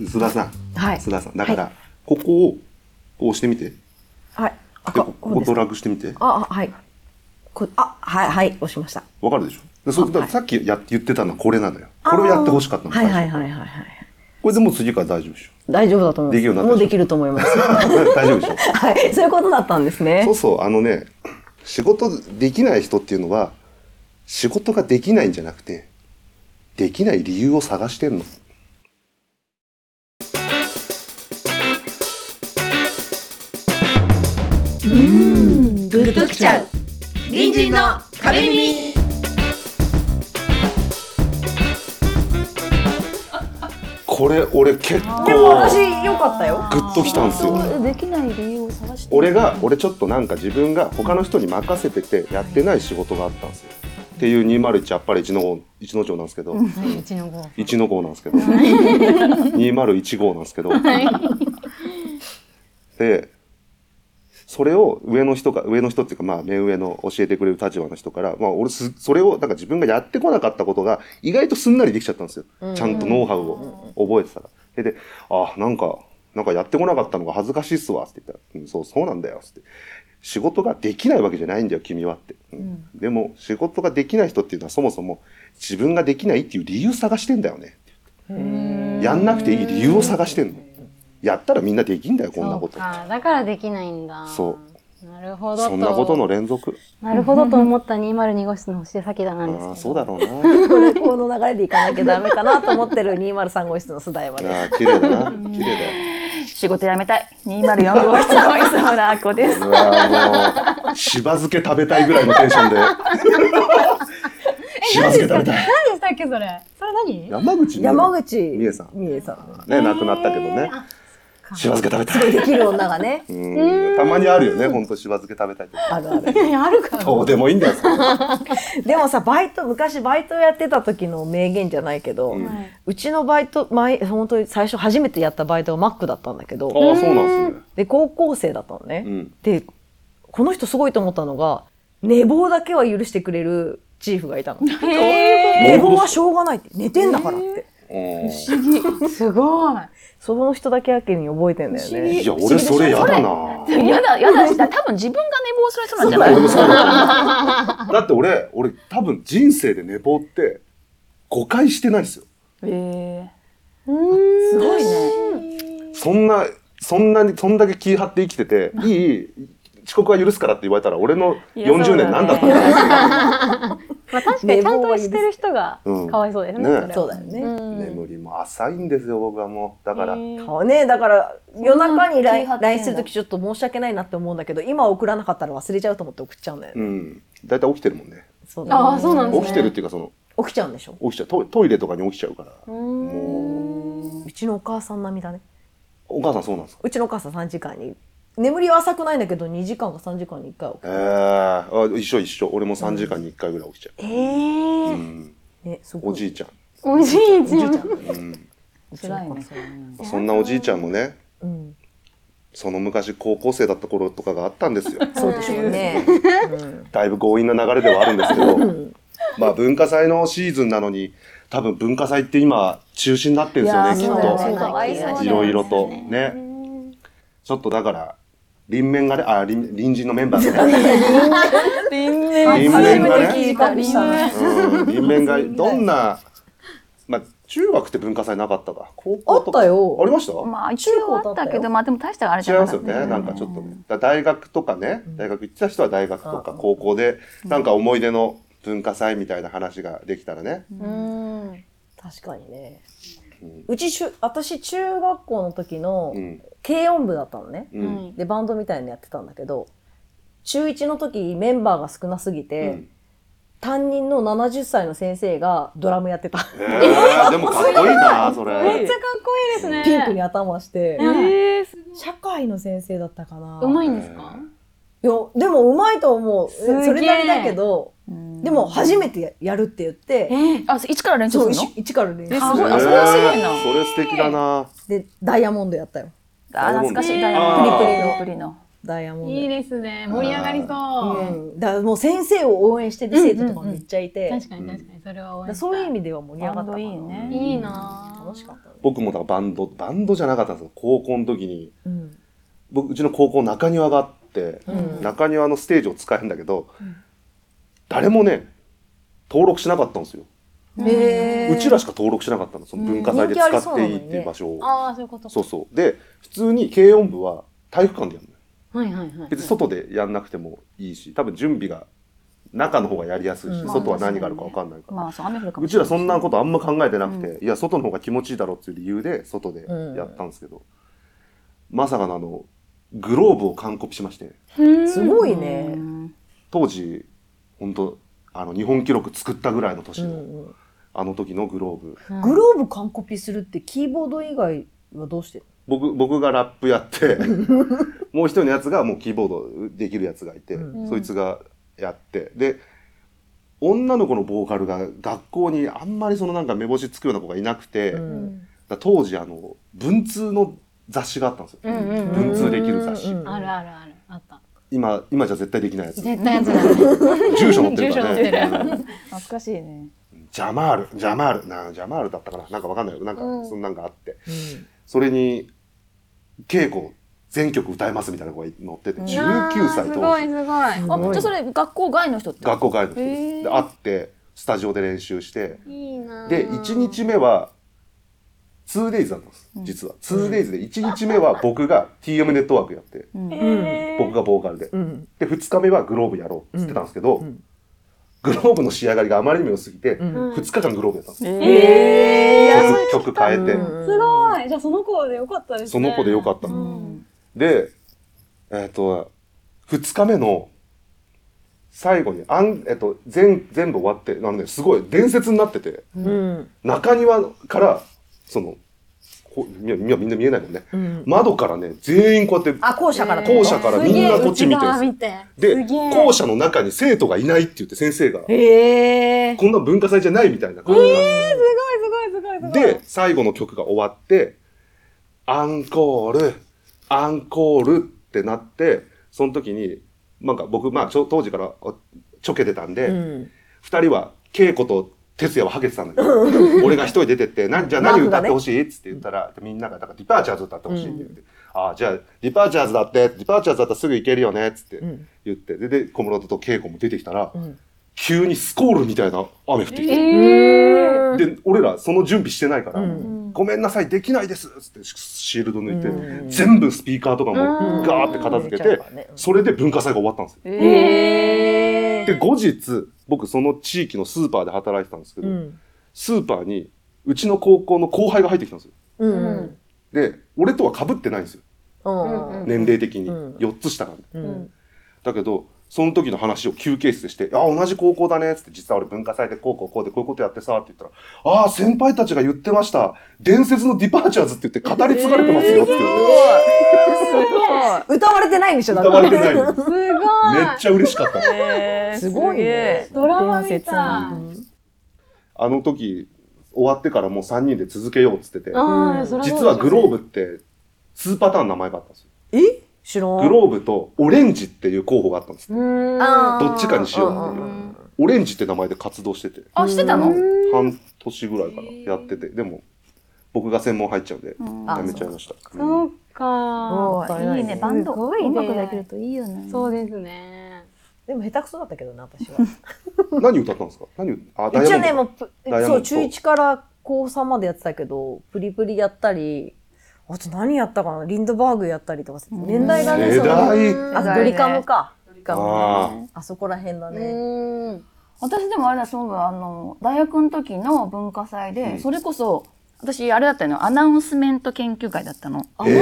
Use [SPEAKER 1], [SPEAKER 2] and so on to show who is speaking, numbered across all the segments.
[SPEAKER 1] 須田さん。
[SPEAKER 2] はい。
[SPEAKER 1] 須田さん。だから、ここを押してみて。で、
[SPEAKER 2] はい。あ
[SPEAKER 1] ここ
[SPEAKER 2] こここ
[SPEAKER 1] こ
[SPEAKER 2] です
[SPEAKER 1] ド
[SPEAKER 2] か
[SPEAKER 1] ラッグしてみて。
[SPEAKER 2] あ、あ、はい。こあ、はい、はい、押しました。
[SPEAKER 1] わかるでしょでそう
[SPEAKER 2] あはい
[SPEAKER 1] さっきやって言ってたのはこれなのよ。これをやってほしかったの。
[SPEAKER 2] あーはい、は
[SPEAKER 1] 最
[SPEAKER 2] い、
[SPEAKER 1] 初
[SPEAKER 2] はい、はい、はい。
[SPEAKER 1] これでもう次から大丈 夫でしょ。
[SPEAKER 2] 大丈夫だと思います。
[SPEAKER 1] できるようになったでしょ
[SPEAKER 2] もうできると思います。
[SPEAKER 1] 大丈夫でしょ。
[SPEAKER 2] はい、そういうことだったんですね
[SPEAKER 1] そう。そう、あのね、仕事できない人っていうのは、仕事ができないんじゃなくて、できない理由を探してんの。
[SPEAKER 3] グッときちゃう隣人の壁耳
[SPEAKER 1] これ、俺結
[SPEAKER 2] でも
[SPEAKER 1] 構、
[SPEAKER 2] 私、良かったよ。
[SPEAKER 1] グッときたんですよ。
[SPEAKER 4] できない理由を探して
[SPEAKER 1] 俺が、俺ちょっとなんか自分が他の人に任せててやってない仕事があったんですよ。っていう201あっぱれ一の号、一の城なんですけど、
[SPEAKER 4] はい、うちの子
[SPEAKER 1] 一の号なんですけど、201号なんですけど、で、それを上の人が、上の人っていうか、まあ、目上の教えてくれる立場の人から、まあ、俺す、それを、なんか自分がやってこなかったことが、意外とすんなりできちゃったんですよ。ちゃんとノウハウを覚えてたら。で、であ、なんか、なんかやってこなかったのが恥ずかしいっすわ、って言ったら、うん、そう、そうなんだよ、つって。仕事ができないわけじゃないんだよ、君はって。うんでも、仕事ができない人っていうのは、そもそも、自分ができないっていう理由探してんだよね。やんなくていい理由を探してんの。やったらみんなできんだよ、こんなこと。
[SPEAKER 5] かだからできないんだ
[SPEAKER 1] そう
[SPEAKER 5] なるほど
[SPEAKER 1] そんなことの連続。
[SPEAKER 5] なるほどと思った202号室の星出先だなんですけ
[SPEAKER 1] あ
[SPEAKER 5] ど
[SPEAKER 1] あ、そうだろうな。
[SPEAKER 2] これ、この流れでいかなきゃダメかなと思ってる203号室の須田山です。
[SPEAKER 1] ああ、綺麗だな。綺麗だ。
[SPEAKER 4] 仕事辞めたい204号室の磯村亜子です
[SPEAKER 1] うわあ、もう、しば漬け食べたいぐらいのテンションで。しば漬け食べたい。
[SPEAKER 5] 何でしたっけそれそれ何
[SPEAKER 1] 山口美恵
[SPEAKER 2] 山口
[SPEAKER 1] 美恵さん。
[SPEAKER 2] 美恵さん。
[SPEAKER 1] ね、亡くなったけどね。しば漬け食べたい。
[SPEAKER 2] できる女がね、
[SPEAKER 1] うんたまにあるよね、ほんとしば漬け食べたいとか。
[SPEAKER 2] あるある。
[SPEAKER 5] あるか
[SPEAKER 1] どうでもいいんだよ、それ
[SPEAKER 2] でもさバイト昔バイトやってた時の名言じゃないけど、うちのバイト前本当に最初初めてやったバイトはマックだったんだけど
[SPEAKER 1] ああ、そうなんですね。
[SPEAKER 2] で高校生だったのね、
[SPEAKER 1] うん
[SPEAKER 2] でこの人すごいと思ったのが寝坊だけは許してくれるチーフがいたの寝坊はしょうがないって寝てんだからって
[SPEAKER 1] う
[SPEAKER 5] すごい
[SPEAKER 2] その人だけやけに覚えてんだよ
[SPEAKER 1] ん。
[SPEAKER 2] ね
[SPEAKER 1] いや、俺それやだな。
[SPEAKER 4] やだやだし多分自分が寝坊する人なんじゃない
[SPEAKER 1] 俺もそうだと思うだって俺、俺多分人生で寝坊って誤解してないですよ。
[SPEAKER 4] えー、すごいね
[SPEAKER 1] そんな、そんなに、そんだけ気張って生きてて、いいいい、遅刻は許すからって言われたら、俺の
[SPEAKER 4] いやそうだ
[SPEAKER 1] 40
[SPEAKER 4] ね
[SPEAKER 1] 年なんだったんだ
[SPEAKER 5] まあ確かにちゃんとしてる人が
[SPEAKER 1] うん
[SPEAKER 5] かわいそうですね、
[SPEAKER 1] ね
[SPEAKER 5] それは
[SPEAKER 2] そうだよね、
[SPEAKER 5] うん
[SPEAKER 1] 眠りも浅いんですよ、僕はもう。だから、
[SPEAKER 2] そうねだから夜中に
[SPEAKER 4] 気張ってんだ
[SPEAKER 2] LINE する時ちょっと申し訳ないなって思うんだけど今送らなかったら忘れちゃうと思って送っちゃうんだよね、
[SPEAKER 1] うん。大体起きてるもんね。
[SPEAKER 2] そうだね
[SPEAKER 5] ああそうなんですね
[SPEAKER 1] 起きてるっていうか、その、
[SPEAKER 2] 起きちゃうんでしょ
[SPEAKER 1] 起きちゃうトイ。トイレとかに起きちゃうから。もう、
[SPEAKER 2] うちのお母さん並みだね
[SPEAKER 1] お母さんそうなんですか
[SPEAKER 2] うちのお母さん3時間に眠りは浅くないんだけど2時間か3時間に1回起
[SPEAKER 1] えー、あ一緒一緒。俺も3時間に1回ぐらい起きちゃ
[SPEAKER 5] えー
[SPEAKER 1] う。うん。
[SPEAKER 2] きねすごい
[SPEAKER 1] おじいちゃん。
[SPEAKER 5] おじいちゃん
[SPEAKER 1] うん。
[SPEAKER 4] 辛いね
[SPEAKER 1] そんなおじいちゃんもね、
[SPEAKER 2] うん
[SPEAKER 1] その昔高校生だった頃とかがあったんですよ。
[SPEAKER 2] そうでしょうね、
[SPEAKER 1] だいぶ強引な流れではあるんですけど、まあ文化祭のシーズンなのに、多分文化祭って今中止になってるんですよね、き
[SPEAKER 4] そうだよね
[SPEAKER 1] っ
[SPEAKER 4] かわいそうだよ
[SPEAKER 1] と。い
[SPEAKER 4] ね
[SPEAKER 1] ろいろと。ね。ちょっとだから、隣面がね、あ、隣隣人のメンバーがね、
[SPEAKER 2] 初
[SPEAKER 1] 隣
[SPEAKER 2] め
[SPEAKER 1] 面が
[SPEAKER 2] て聞
[SPEAKER 1] ね、
[SPEAKER 2] いたりしたね
[SPEAKER 1] うん隣面がどんな、まあ中学って文化祭なかったか。高校とか
[SPEAKER 2] あったよ
[SPEAKER 1] ありました
[SPEAKER 4] まあ一応あったけどまあでも大したあれじ
[SPEAKER 1] 違い
[SPEAKER 4] ゃ
[SPEAKER 1] ま
[SPEAKER 4] なか
[SPEAKER 1] す
[SPEAKER 4] っ
[SPEAKER 1] よ
[SPEAKER 4] た
[SPEAKER 1] ね、なんかちょっとね。だから大学とかね、大学行ってた人は大学とか高校で、なんか思い出の文化祭みたいな話ができたらね、
[SPEAKER 2] 確かにねうち中私中学校の時の
[SPEAKER 1] うん
[SPEAKER 2] 軽音部だったのね、
[SPEAKER 1] うん
[SPEAKER 2] でバンドみたいなのやってたんだけど中1の時メンバーが少なすぎて、
[SPEAKER 1] うん
[SPEAKER 2] 担任の70歳の先生がドラムやってた、
[SPEAKER 1] えーでもかっこいいな、そ れ。
[SPEAKER 5] かっこいいですね
[SPEAKER 2] ピンクに頭して、
[SPEAKER 5] えー、す
[SPEAKER 2] 社会の先生だったかな
[SPEAKER 5] うまいんですか
[SPEAKER 2] いや、でもうまいと思う。
[SPEAKER 5] げえ
[SPEAKER 2] それなりだけど、でも初めてややるって言って、
[SPEAKER 4] あ一から練習
[SPEAKER 2] そう、
[SPEAKER 4] する
[SPEAKER 2] 一
[SPEAKER 4] の
[SPEAKER 2] 一から練習
[SPEAKER 4] えすごい
[SPEAKER 1] えー
[SPEAKER 4] あそれはすごいな
[SPEAKER 1] それ素敵だな。
[SPEAKER 2] で、ダイヤモンドやったよ。
[SPEAKER 4] あ懐かしいだ
[SPEAKER 1] あ
[SPEAKER 4] よ
[SPEAKER 1] ー
[SPEAKER 4] プリプリのプリの
[SPEAKER 2] ダイヤモンド。
[SPEAKER 5] いいですね盛り上がり
[SPEAKER 2] う、
[SPEAKER 5] そうん
[SPEAKER 2] だからもう先生を応援してる生徒とかもめっちゃいて、
[SPEAKER 5] 確かに確かにそれは
[SPEAKER 2] だ
[SPEAKER 5] 応
[SPEAKER 2] から
[SPEAKER 5] 援
[SPEAKER 2] そういう意
[SPEAKER 5] 味
[SPEAKER 2] 味では盛り上がったかな。
[SPEAKER 4] バンドいいね
[SPEAKER 5] いいな
[SPEAKER 2] 楽しかったね。
[SPEAKER 1] 僕もだからバンドバンドじゃなかったんですよ高校の時に
[SPEAKER 2] うん
[SPEAKER 1] 僕うちの高校中庭があって、
[SPEAKER 2] うん
[SPEAKER 1] 中庭のステージを使えるんだけど、誰もね登録しなかったんですよ、
[SPEAKER 2] へー
[SPEAKER 1] うちらしか登録しなかったのその文化祭で使っていいっていう場所を、
[SPEAKER 5] ああ、そういうこと。
[SPEAKER 1] そうそうで普通に軽音部は体育館でやるのよ
[SPEAKER 5] はいはいはい。
[SPEAKER 1] 別に外でやんなくてもいいし多分準備が中の方がやりやすいし、
[SPEAKER 2] うん
[SPEAKER 1] 外は何があるか分かんないから、
[SPEAKER 4] まあそう雨降るかも
[SPEAKER 1] う
[SPEAKER 4] し
[SPEAKER 1] ち
[SPEAKER 4] れ
[SPEAKER 1] ら
[SPEAKER 4] ない
[SPEAKER 1] そんなことあんま考えてなくて、いや外の方が気持ちいいだろうっていう理由で外でやったんですけど、まさかのあのグローブを完コピしまして
[SPEAKER 2] すごいね。
[SPEAKER 1] 当時本当あの日本記録作ったぐらいの年
[SPEAKER 2] う
[SPEAKER 1] の、
[SPEAKER 2] んうん
[SPEAKER 1] あの時のグローブ
[SPEAKER 2] グローブ完コピするってキーボード以外はどうしてる
[SPEAKER 1] 僕僕がラップやって もう一人のやつがもうキーボードできるやつがいて、
[SPEAKER 2] う
[SPEAKER 1] そいつがやってで女の子のボーカルが学校にあんまりそのなんか目星つくような子がいなくて、
[SPEAKER 2] う
[SPEAKER 1] だか
[SPEAKER 2] ん
[SPEAKER 1] ら当時あの文通の雑誌があったんですよ、
[SPEAKER 5] うんうんうん
[SPEAKER 1] 文通できる雑誌、
[SPEAKER 2] うん
[SPEAKER 5] あるあるある。あった。
[SPEAKER 1] 今今じゃ絶対できないやつ
[SPEAKER 5] 絶対やつだ。
[SPEAKER 1] 住所載ってるから
[SPEAKER 5] 住所載って
[SPEAKER 1] ね
[SPEAKER 4] 懐かしいね
[SPEAKER 1] ジャマールジャマールなジャマールだったかななんかわかんないけどなんか、
[SPEAKER 5] うん
[SPEAKER 1] そんなんがあってそれに稽古全曲歌えますみたいな子が乗ってて19歳
[SPEAKER 5] す
[SPEAKER 1] 当
[SPEAKER 5] ごい
[SPEAKER 1] 時
[SPEAKER 5] すごい。
[SPEAKER 4] あじゃあそれ学校外の人って
[SPEAKER 1] 学校帰る人で
[SPEAKER 4] へ
[SPEAKER 1] す
[SPEAKER 4] ー
[SPEAKER 1] で会ってスタジオで練習して
[SPEAKER 5] いいな。
[SPEAKER 1] で1。日目は 2days だったんです実は 2days で1日目は僕が TM ネットワークやって僕がボーカルで
[SPEAKER 2] うん
[SPEAKER 1] で2日目はグローブやろうって言ってたんですけど、
[SPEAKER 2] ん
[SPEAKER 1] グローブの仕上がりがあまりにも良すぎて、
[SPEAKER 2] ん
[SPEAKER 1] 2日間グローブやったんですよ、
[SPEAKER 5] ええ。
[SPEAKER 1] 曲曲変えて、
[SPEAKER 5] すごい。じゃあその子でよかったですね。
[SPEAKER 1] その子でよかったの、でえっ、と2日目の最後にあん、えっと全全部終わってあの、ね、すごい伝説になってて
[SPEAKER 2] うん
[SPEAKER 1] 中庭からそのこみんなみんな見えないもんね、窓からね全員こうやって
[SPEAKER 2] あ校舎から
[SPEAKER 1] 校舎からみんなこっち見てるんですよ
[SPEAKER 5] 見て。
[SPEAKER 1] です
[SPEAKER 5] げえ
[SPEAKER 1] 校舎の中に生徒がいないって言って先生が
[SPEAKER 2] へえ
[SPEAKER 1] こんな文化祭じゃないみたいな感じになって
[SPEAKER 5] すごいすごいすごい。
[SPEAKER 1] で、最後の曲が終わって、アンコール、アンコールってなって、その時に、なんか僕、まあ、ちょ当時からおちょけてたんで、二、人は、稽古と哲也はハゲてたんだけど、俺が一人出てって、なじゃあ何歌ってほしいっつって言ったら、みんなが、だからディパーチャーズ歌ってほしいって言って、ああ、じゃあ、ディパーチャーズだって、ディパーチャーズだったらすぐ行けるよねっつって言って、で、で小室と稽古も出てきたら、急にスコールみたいな雨降ってきて。で俺らその準備してないから「ごめんなさいできないです」っつってシールド抜いて、全部スピーカーとかもガーって片付け
[SPEAKER 2] うん
[SPEAKER 1] て、
[SPEAKER 2] ちゃうからね
[SPEAKER 1] それで文化祭が終わったんですよ。
[SPEAKER 2] へ
[SPEAKER 1] で後日僕その地域のスーパーで働いてたんですけど、
[SPEAKER 2] うん
[SPEAKER 1] スーパーにうちの高校の後輩が入ってきたんですよ。
[SPEAKER 2] うん
[SPEAKER 1] で俺とは被ってないんですよ
[SPEAKER 2] うん
[SPEAKER 1] 年齢的に、
[SPEAKER 2] うん
[SPEAKER 1] 4つ下なんで。
[SPEAKER 2] うん
[SPEAKER 1] だけどその時の話を休憩室でして「あ同じ高校だね」っつって「実は俺文化祭でこうこうこうでこういうことやってさ」って言ったら「ああ先輩たちが言ってました伝説のディパーチャーズ」って言って語り継がれてますよって言って
[SPEAKER 2] 歌われてないんでしょだ
[SPEAKER 1] 歌われてないのめっ
[SPEAKER 5] すごい。
[SPEAKER 1] ちゃ嬉しかったの
[SPEAKER 2] すごいね
[SPEAKER 5] ドラマみたい。
[SPEAKER 1] あの時終わってからもう3人で続けようっつってて
[SPEAKER 5] ああ、それ
[SPEAKER 1] 実はグロー
[SPEAKER 5] ブ。
[SPEAKER 1] ブって2パターン名前があったんですよ
[SPEAKER 2] え知らん
[SPEAKER 1] グローブとオレンジっていう候補があったんです
[SPEAKER 5] うーん。
[SPEAKER 2] あー
[SPEAKER 1] どっちかにしようっていうオレンジって名前で活動してて
[SPEAKER 4] あしてたの
[SPEAKER 1] 半年ぐらいかなやっててでも僕が専門入っちゃうんでやめちゃいました
[SPEAKER 5] そう
[SPEAKER 2] うん
[SPEAKER 5] か。
[SPEAKER 2] わからない
[SPEAKER 4] いいねバンド
[SPEAKER 5] すごいね
[SPEAKER 4] 音楽できるといいよね
[SPEAKER 5] そうですね。
[SPEAKER 2] でも下手くそだったけどな私は
[SPEAKER 1] 何歌ったんですか何歌あダイ
[SPEAKER 2] 一
[SPEAKER 1] ヤ
[SPEAKER 2] 応
[SPEAKER 1] モンド
[SPEAKER 2] ねも
[SPEAKER 1] か
[SPEAKER 2] うプ
[SPEAKER 1] ダイヤモ
[SPEAKER 2] そ
[SPEAKER 1] ン
[SPEAKER 2] う
[SPEAKER 1] ド
[SPEAKER 2] 中1から高3までやってたけどプリプリやったりあと何やったかなリンドバーグやったりとか年代がね
[SPEAKER 1] 世
[SPEAKER 2] その
[SPEAKER 1] 代
[SPEAKER 2] あとドリカムかドリカム
[SPEAKER 1] あ
[SPEAKER 2] ねあそこら辺だ
[SPEAKER 5] う
[SPEAKER 2] ね
[SPEAKER 5] ーん。
[SPEAKER 4] 私でもあれだそうだあの大学の時の文化祭で、それこそ私あれだったのアナウンスメント研究会だったの。
[SPEAKER 1] え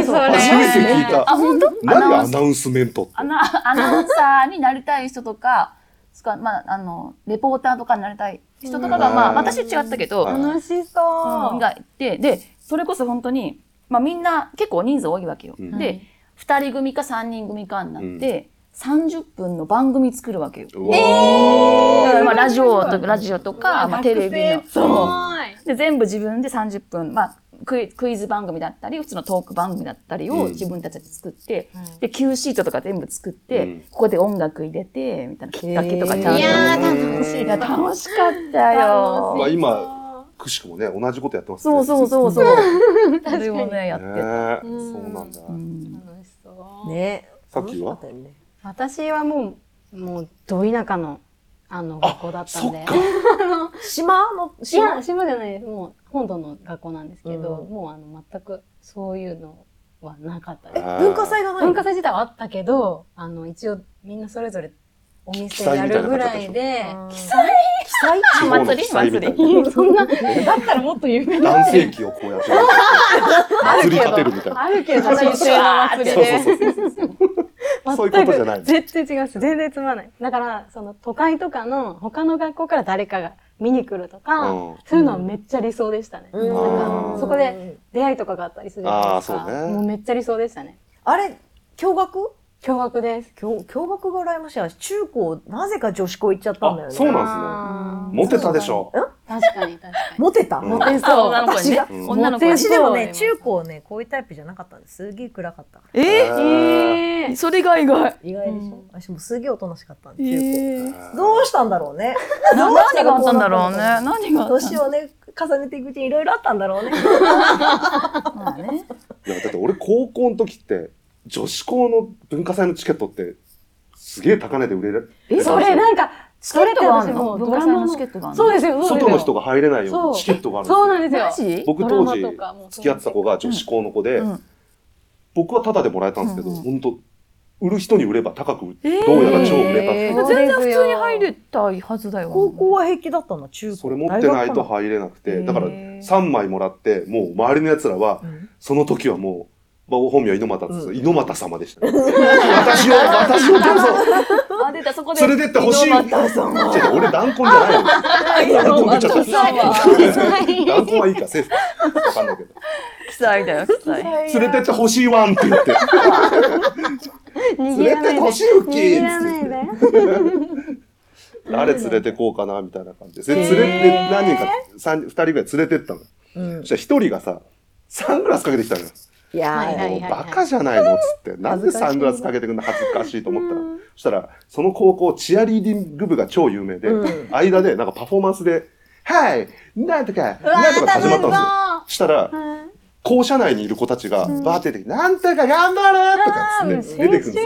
[SPEAKER 1] え
[SPEAKER 5] それ
[SPEAKER 1] 初めて聞いた
[SPEAKER 4] あ本当？ア
[SPEAKER 1] 何
[SPEAKER 4] ナ
[SPEAKER 1] ア
[SPEAKER 4] ウンス
[SPEAKER 1] ナウンスメントって
[SPEAKER 4] アナア ナウンサーになりたい人とか。つかまあ、あのレポーターとかになりたい人とかが、
[SPEAKER 1] うん
[SPEAKER 4] まあ、私違ったけど、
[SPEAKER 1] はい
[SPEAKER 5] 楽しそう。
[SPEAKER 4] がいてでそれこそ本当にまあみんな結構人数多いわけよ、
[SPEAKER 1] うん
[SPEAKER 4] で2人組か3人組かになって、30分の番組作るわけよ、
[SPEAKER 1] うわー
[SPEAKER 4] だからまあラジオとかラジオとか、まあ、テレビのそう
[SPEAKER 5] は
[SPEAKER 4] で全部自分で30分、まあ、クイクイズ番組だったり普通のトーク番組だったり
[SPEAKER 1] う
[SPEAKER 4] を
[SPEAKER 1] ん
[SPEAKER 4] 自分たちで作って、で Q シートとか全部作って、
[SPEAKER 1] うん
[SPEAKER 4] ここで音楽入れてみたいなきっかけとかちゃん
[SPEAKER 5] い。
[SPEAKER 4] と
[SPEAKER 5] いやー、楽しい。
[SPEAKER 4] いや楽しかったよ
[SPEAKER 1] まあ今くしくもね同じことやってますね
[SPEAKER 4] そうそうそうそうそれを
[SPEAKER 5] 確か
[SPEAKER 4] ねやって
[SPEAKER 1] ね
[SPEAKER 4] た、
[SPEAKER 1] え
[SPEAKER 5] う
[SPEAKER 1] そ
[SPEAKER 5] ん
[SPEAKER 1] うなんだ、
[SPEAKER 4] うん
[SPEAKER 5] 楽しそう。
[SPEAKER 2] ね
[SPEAKER 1] さっきは
[SPEAKER 2] 楽しかたよね
[SPEAKER 5] 私はもう、もう、ど田舎の、あの、学校だったん
[SPEAKER 1] そ
[SPEAKER 5] で。
[SPEAKER 1] っか
[SPEAKER 2] 島の
[SPEAKER 5] い
[SPEAKER 2] 島
[SPEAKER 5] や、島じゃないです。もう、本土の学校なんですけど、
[SPEAKER 2] うん
[SPEAKER 5] もう、あの、全く、そういうのはなかった
[SPEAKER 1] え
[SPEAKER 5] です。
[SPEAKER 1] 文
[SPEAKER 2] 文化祭がないの
[SPEAKER 5] 文化祭自体はあったけど、あの、一応、みんなそれぞれ、お店やるぐらいで、
[SPEAKER 2] 記載記載
[SPEAKER 1] 地方の記載みたいな
[SPEAKER 5] うんそんな、だったらもっと有名な。
[SPEAKER 1] 男性器をこう やって祭り立てるみたいな
[SPEAKER 5] あるけど、神聖な祭り
[SPEAKER 1] そう
[SPEAKER 5] で
[SPEAKER 1] そう。そうそうそういうことじゃないの
[SPEAKER 5] 全く全然違うし、全然つまんない。だから、その都会とかの他の学校から誰かが見に来るとか、
[SPEAKER 1] うん
[SPEAKER 5] そういうのはめっちゃ理想でしたね。
[SPEAKER 2] うん
[SPEAKER 5] なん
[SPEAKER 1] あー
[SPEAKER 5] かそこで出会いとかがあったりするじゃないですか。
[SPEAKER 1] あーそうね
[SPEAKER 5] もうめっちゃ理想でしたね。
[SPEAKER 2] あれ共学
[SPEAKER 5] 驚愕です。
[SPEAKER 2] 共共学が羨ましいな中高なぜか女子校行っちゃったんだよ
[SPEAKER 1] あ
[SPEAKER 2] ね
[SPEAKER 1] そうなん
[SPEAKER 5] あー
[SPEAKER 1] モテたでしょ
[SPEAKER 5] 確かに確か
[SPEAKER 2] モテた、
[SPEAKER 1] うん
[SPEAKER 5] に。モテそう。
[SPEAKER 4] 女の子に
[SPEAKER 2] 私
[SPEAKER 4] ね
[SPEAKER 2] が
[SPEAKER 1] うん
[SPEAKER 4] 女の子に
[SPEAKER 5] モ
[SPEAKER 2] 私
[SPEAKER 5] テそう
[SPEAKER 2] でもね中高ねこういうタイプじゃなかったんですすげえ暗かったから
[SPEAKER 1] え
[SPEAKER 6] え
[SPEAKER 5] えー
[SPEAKER 6] それが意外。
[SPEAKER 2] 意外でしょ、私もすげえおとなしかったん
[SPEAKER 6] え
[SPEAKER 2] です中
[SPEAKER 6] ー
[SPEAKER 2] 高、どうしたんだろう ね。
[SPEAKER 4] な
[SPEAKER 2] どうして
[SPEAKER 4] 何があ
[SPEAKER 2] こう
[SPEAKER 4] ったん
[SPEAKER 2] な
[SPEAKER 4] だろ
[SPEAKER 2] の
[SPEAKER 4] うね
[SPEAKER 2] かな。
[SPEAKER 4] 何があったん
[SPEAKER 2] 年をね、重ねていくうちにいろいろあったんだろうね。
[SPEAKER 4] まあね
[SPEAKER 1] いやだって俺高校の時って女子校の文化祭のチケットってすげえ高値で売れる
[SPEAKER 5] それなんか、
[SPEAKER 4] チケットがある
[SPEAKER 5] それって私も
[SPEAKER 4] の
[SPEAKER 5] う
[SPEAKER 4] 文
[SPEAKER 5] ド
[SPEAKER 4] 化
[SPEAKER 5] ラ
[SPEAKER 4] 祭
[SPEAKER 5] マ
[SPEAKER 4] の
[SPEAKER 5] の
[SPEAKER 4] チケットがある
[SPEAKER 5] そう
[SPEAKER 4] の
[SPEAKER 5] ですよ。
[SPEAKER 1] 外の人
[SPEAKER 5] が。
[SPEAKER 1] が入れないよう
[SPEAKER 5] そう
[SPEAKER 1] にチケットがある
[SPEAKER 5] そうなん
[SPEAKER 1] で
[SPEAKER 5] ですよ。
[SPEAKER 1] す
[SPEAKER 4] マ
[SPEAKER 1] 僕当時
[SPEAKER 5] ドラマとかもそう
[SPEAKER 1] 付き合ってた子が女子校の子で、
[SPEAKER 4] うん
[SPEAKER 1] 僕はタダでもらえたんですけど、
[SPEAKER 4] うんうん
[SPEAKER 1] 本当売る人に売れば高く売
[SPEAKER 6] えー
[SPEAKER 1] どうやら超売れたって
[SPEAKER 5] えー
[SPEAKER 4] 全然普通に入れたいはずだよ
[SPEAKER 2] 高校は平気だったんだ、中高。
[SPEAKER 1] それ持ってないと
[SPEAKER 2] 大学か
[SPEAKER 1] 入れなくてだから
[SPEAKER 4] へー
[SPEAKER 1] 3枚もらってもう周りのやつらは
[SPEAKER 2] なうん
[SPEAKER 1] その時はもう、まあ、本名は猪俣です、
[SPEAKER 2] う
[SPEAKER 1] 猪俣様でした、 ね、私を私をどうぞ
[SPEAKER 4] あ出たそこで
[SPEAKER 1] 連れてってほしい
[SPEAKER 4] 猪俣さんは
[SPEAKER 1] 違う違う俺弾痕じゃないの弾痕出ちゃった弾痕はいいかセーフかわかんないけど
[SPEAKER 4] 記載だよ記 載
[SPEAKER 1] 連れてってほしいわんって言って
[SPEAKER 5] 逃
[SPEAKER 1] 連
[SPEAKER 5] げ
[SPEAKER 1] れて
[SPEAKER 5] らな
[SPEAKER 1] って
[SPEAKER 5] いで。
[SPEAKER 1] ほしいウッキ
[SPEAKER 5] 逃げ
[SPEAKER 1] ー
[SPEAKER 5] ら
[SPEAKER 1] っつ
[SPEAKER 5] ない
[SPEAKER 1] って
[SPEAKER 5] で。
[SPEAKER 1] 誰連れてこうかなみたいな感じでで連れて何人か三二人ぐらい連れてったの
[SPEAKER 2] う
[SPEAKER 1] そ
[SPEAKER 2] ん
[SPEAKER 1] したら一人がさサングラスかけてきたのよ
[SPEAKER 2] いや
[SPEAKER 5] はい
[SPEAKER 2] ー、
[SPEAKER 5] はい
[SPEAKER 1] もうバカじゃないのっつ って、なんでサングラスかけてくんの恥ずかしいと思ったら、そしたら、その高校、チアリーディング部が超有名で、
[SPEAKER 2] う
[SPEAKER 1] 間でなんかパフォーマンスで、はい、なんとか、なんとか始まったんですよ。そしたら、校舎内にいる子たちが、バーって出てきて、なんとか頑張れとかっつって出てくるんですよ。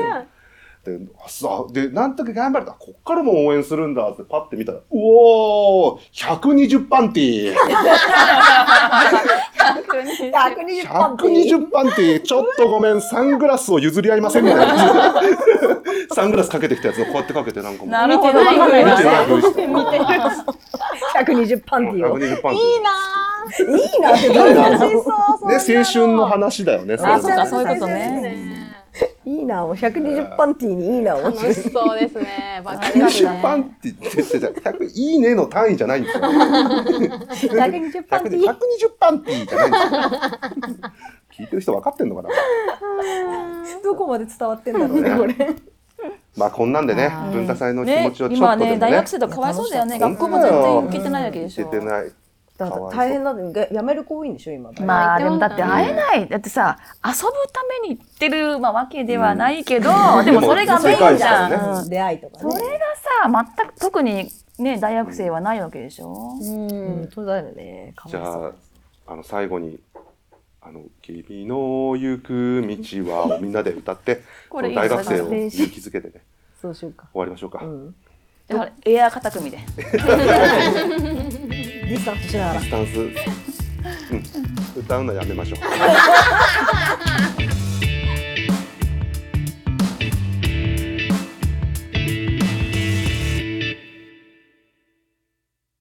[SPEAKER 1] で、あそうで、なんとか頑張れた。こっからも応援するんだってパッて見たら、うおー !120 パンティー
[SPEAKER 2] 120パンティー
[SPEAKER 1] !120 パンティーちょっとごめん、サングラスを譲り合いませんみたいな。サングラスかけてきたやつをこうやってかけてなんかもう。
[SPEAKER 4] なるほどわかんない
[SPEAKER 1] 見
[SPEAKER 4] な
[SPEAKER 1] てないふりして。
[SPEAKER 2] 120パンティーを。い
[SPEAKER 1] 120パンティ
[SPEAKER 2] いなって楽しそう。
[SPEAKER 1] ー。で、青春の話だよね。
[SPEAKER 4] あ
[SPEAKER 1] それ
[SPEAKER 4] そう
[SPEAKER 1] も
[SPEAKER 4] か
[SPEAKER 1] ね
[SPEAKER 4] そういうことね
[SPEAKER 2] いいな、もう120パンティーにいいな、面白
[SPEAKER 5] 楽
[SPEAKER 2] い。
[SPEAKER 5] しそうですね。バカです
[SPEAKER 1] 120
[SPEAKER 5] ね。
[SPEAKER 1] パンティーって言ってた。100いいねの単位じゃないんですよ。
[SPEAKER 2] 120パンティー。
[SPEAKER 1] 120パンティーじゃないんですよ。聞いてる人分かってんのかな。
[SPEAKER 2] どこまで伝わってんだろうね、これ。
[SPEAKER 1] まあこんなんでね、文化祭の気持
[SPEAKER 4] ね
[SPEAKER 1] ちをちょっ
[SPEAKER 4] 今
[SPEAKER 1] とでも
[SPEAKER 4] ね
[SPEAKER 1] ね。
[SPEAKER 4] 大学生とかかわいそうだよね学校も全然行けてないわけでし
[SPEAKER 1] 出
[SPEAKER 4] ょ
[SPEAKER 1] てない。
[SPEAKER 2] だ
[SPEAKER 1] か
[SPEAKER 2] か
[SPEAKER 1] わいそう
[SPEAKER 2] ら大変なんで、ややめる子多いんでしょ、今。
[SPEAKER 4] まあ
[SPEAKER 5] うん
[SPEAKER 4] でもだって会えない、だってさ遊ぶために行ってる、まあ、わけではないけど、でもそれがメインじゃん、
[SPEAKER 1] でも世界ですからね
[SPEAKER 4] うん
[SPEAKER 2] 出会いとか
[SPEAKER 4] そ
[SPEAKER 2] ね。
[SPEAKER 4] れがさ全く特にね大学生はないわけでしょ、
[SPEAKER 2] うん、そうだよね。か
[SPEAKER 1] じ
[SPEAKER 2] わいそう
[SPEAKER 1] ゃあ、あの最後に、あの、君の行く道はをみんなで歌って、
[SPEAKER 4] これいい
[SPEAKER 1] 大
[SPEAKER 4] ですね
[SPEAKER 1] 学生を勇気づけてね、
[SPEAKER 2] そうしようか。
[SPEAKER 1] 終わりましょうか
[SPEAKER 2] う。ん。
[SPEAKER 4] だからエアー片組で
[SPEAKER 2] ディスタンスしながら
[SPEAKER 1] ス。タンス、うん、歌うのやめましょう。